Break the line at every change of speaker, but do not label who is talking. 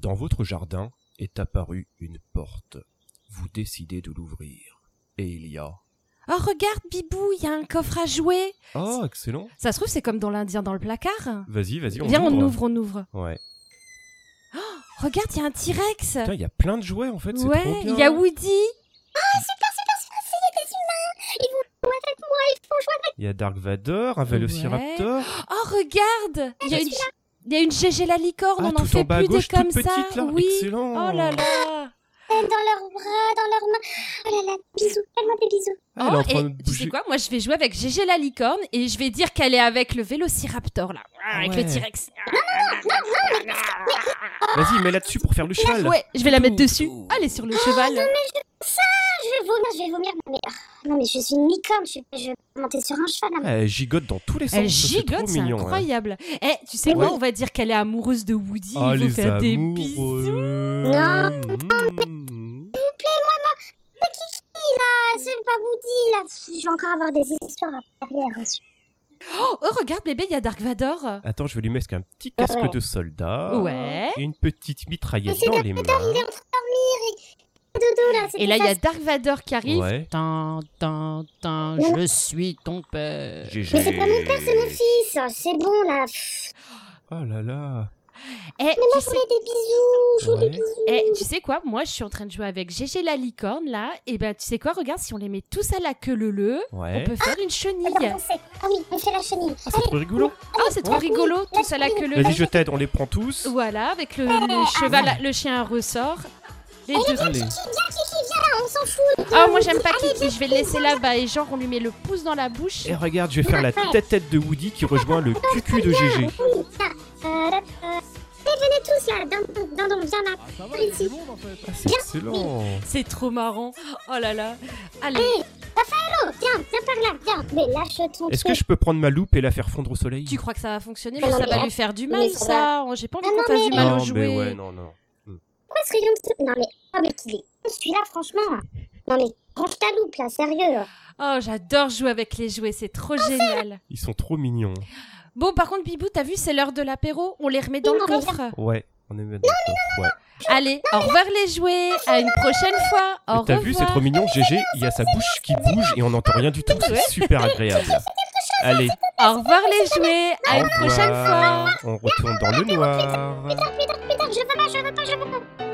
Dans votre jardin est apparue une porte. Vous décidez de l'ouvrir. Et il y a...
Oh, regarde, Bibou, il y a un coffre à jouer.
Ah, excellent
Ça se trouve, c'est comme dans l'Indien dans le placard.
Vas-y, vas-y, on
Viens, on ouvre, on ouvre.
Ouais.
Regarde, il y a un T-Rex.
Putain, il y a plein de jouets, en fait, c'est
Ouais,
trop bien.
il y a Woody.
Il y a Dark Vador, un Velociraptor.
Oh, regarde Il y a une... Il y a une GG la licorne,
Ah,
on n'en
tout
fait
en bas à
plus
gauche,
des comme
toute
ça.
petite, là.
Oui.
Excellent. Ah,
Oh là là.
dans leurs bras, dans leurs mains. Oh là là, bisous, tellement de bisous.
Ah, elle est en
Oh,
train
et
de
tu sais
bouger.
quoi Moi, je vais jouer avec GG la licorne et je vais dire qu'elle est avec le Vélociraptor là, Ah, avec
ouais.
le T-Rex.
Vas-y, mets-la dessus pour faire le cheval.
Ouais, je vais la mettre
Tout,
dessus.
tout.
Allez sur le cheval.
Ah, Je vais vomir, je vais vomir. Mais, ah, non mais je suis une licorne, je, je vais monter sur un cheval. hein.
Elle gigote dans tous les sens.
Elle
ça,
gigote,
trop
c'est
mignon, hein. ouais.
incroyable. Eh, tu sais
Ouais.
quoi On va dire qu'elle est amoureuse de Woody.
Ah,
il faut
les
faire des bisous.
amoureux. Mmh.
Ah, c'est pas Woody, là. Pff, Je vais encore avoir des histoires à derrière. hein.
Oh, oh, regarde bébé, il y a Dark Vador.
Attends, je vais lui mettre un petit casque de soldat.
Oh. Ouais.
Et une petite mitraillette
Mais c'est
dans les mains.
Il est en train de dormir et... Dodo, là, c'est
Et là, il y
pas
a Dark Vador qui arrive.
Ouais.
Tin, tin, tin, je suis ton père.
GG.
Mais c'est pas mon père, c'est mon fils. Oh, C'est bon, là. Pff,
Oh là là.
Eh, tu
Je
sais,
voulais des bisous, je voulais
Ouais.
des bisous.
eh, tu sais quoi Moi, je suis en train de jouer avec GG la licorne là. Et ben, tu sais quoi Regarde, si on les met tous à la queue le le, on
Ouais.
peut faire une chenille.
Attends, on sait. Ah oui, on fait la chenille.
Ah, c'est trop rigolo.
Ah, c'est trop
la
rigolo,
la
tous à la queue le
Vas-y,
le.
je t'aide, on les prend tous.
Voilà, avec le, le
Ah.
cheval, le chien à ressort. Les deux.
Allez.
Ah, moi j'aime pas Kiki, je vais le laisser là-bas et genre on lui met le pouce dans la bouche.
Et regarde, je vais faire la tête-tête de Woody qui rejoint le cucu de GG.
Oui, ça. Euh, là, euh, eh, venez tous, là. Dindon, dindon, viens là.
ça
va, il y a du
monde en fait.
Ah, c'est excellent.
C'est trop marrant. Oh là là. Allez,
Oh, viens, viens par là, viens. Mais lâche ton
Est-ce que
truc.
je peux prendre ma loupe et la faire fondre au soleil
tu crois que ça va fonctionner
Mais
mais ça
Ah, non,
va
mais-
lui faire du
mais
mal
ça
ça. Oh, J'ai pas envie
Non,
qu'on fasse
mais-
du mal au
Non, mais ouais,
jouet.
non, non.
Pourquoi ce rayon de soleil Non, mais. Oh, mais qu'il est. con, Celui-là, franchement. Non, mais range ta loupe, là, sérieux.
Oh, j'adore jouer avec les jouets, c'est
Ah,
trop génial.
Ils sont trop mignons.
Bon, par contre, Bibou, t'as vu, c'est l'heure de l'apéro. On les remet dans le
Non, mais-
coffre.
Ouais, on est maintenant. Ouais.
Allez, au revoir les jouets. À une prochaine fois. Au
Mais
revoir.
T'as vu, c'est trop mignon. GG, il y a sa bouche qui bouge et on n'entend rien du tout.
Ouais.
C'est super agréable. Allez,
Au revoir les jouets. À
au
une prochaine fois.
revoir. On retourne dans le noir.
Putain, je veux pas, je veux pas, je veux pas.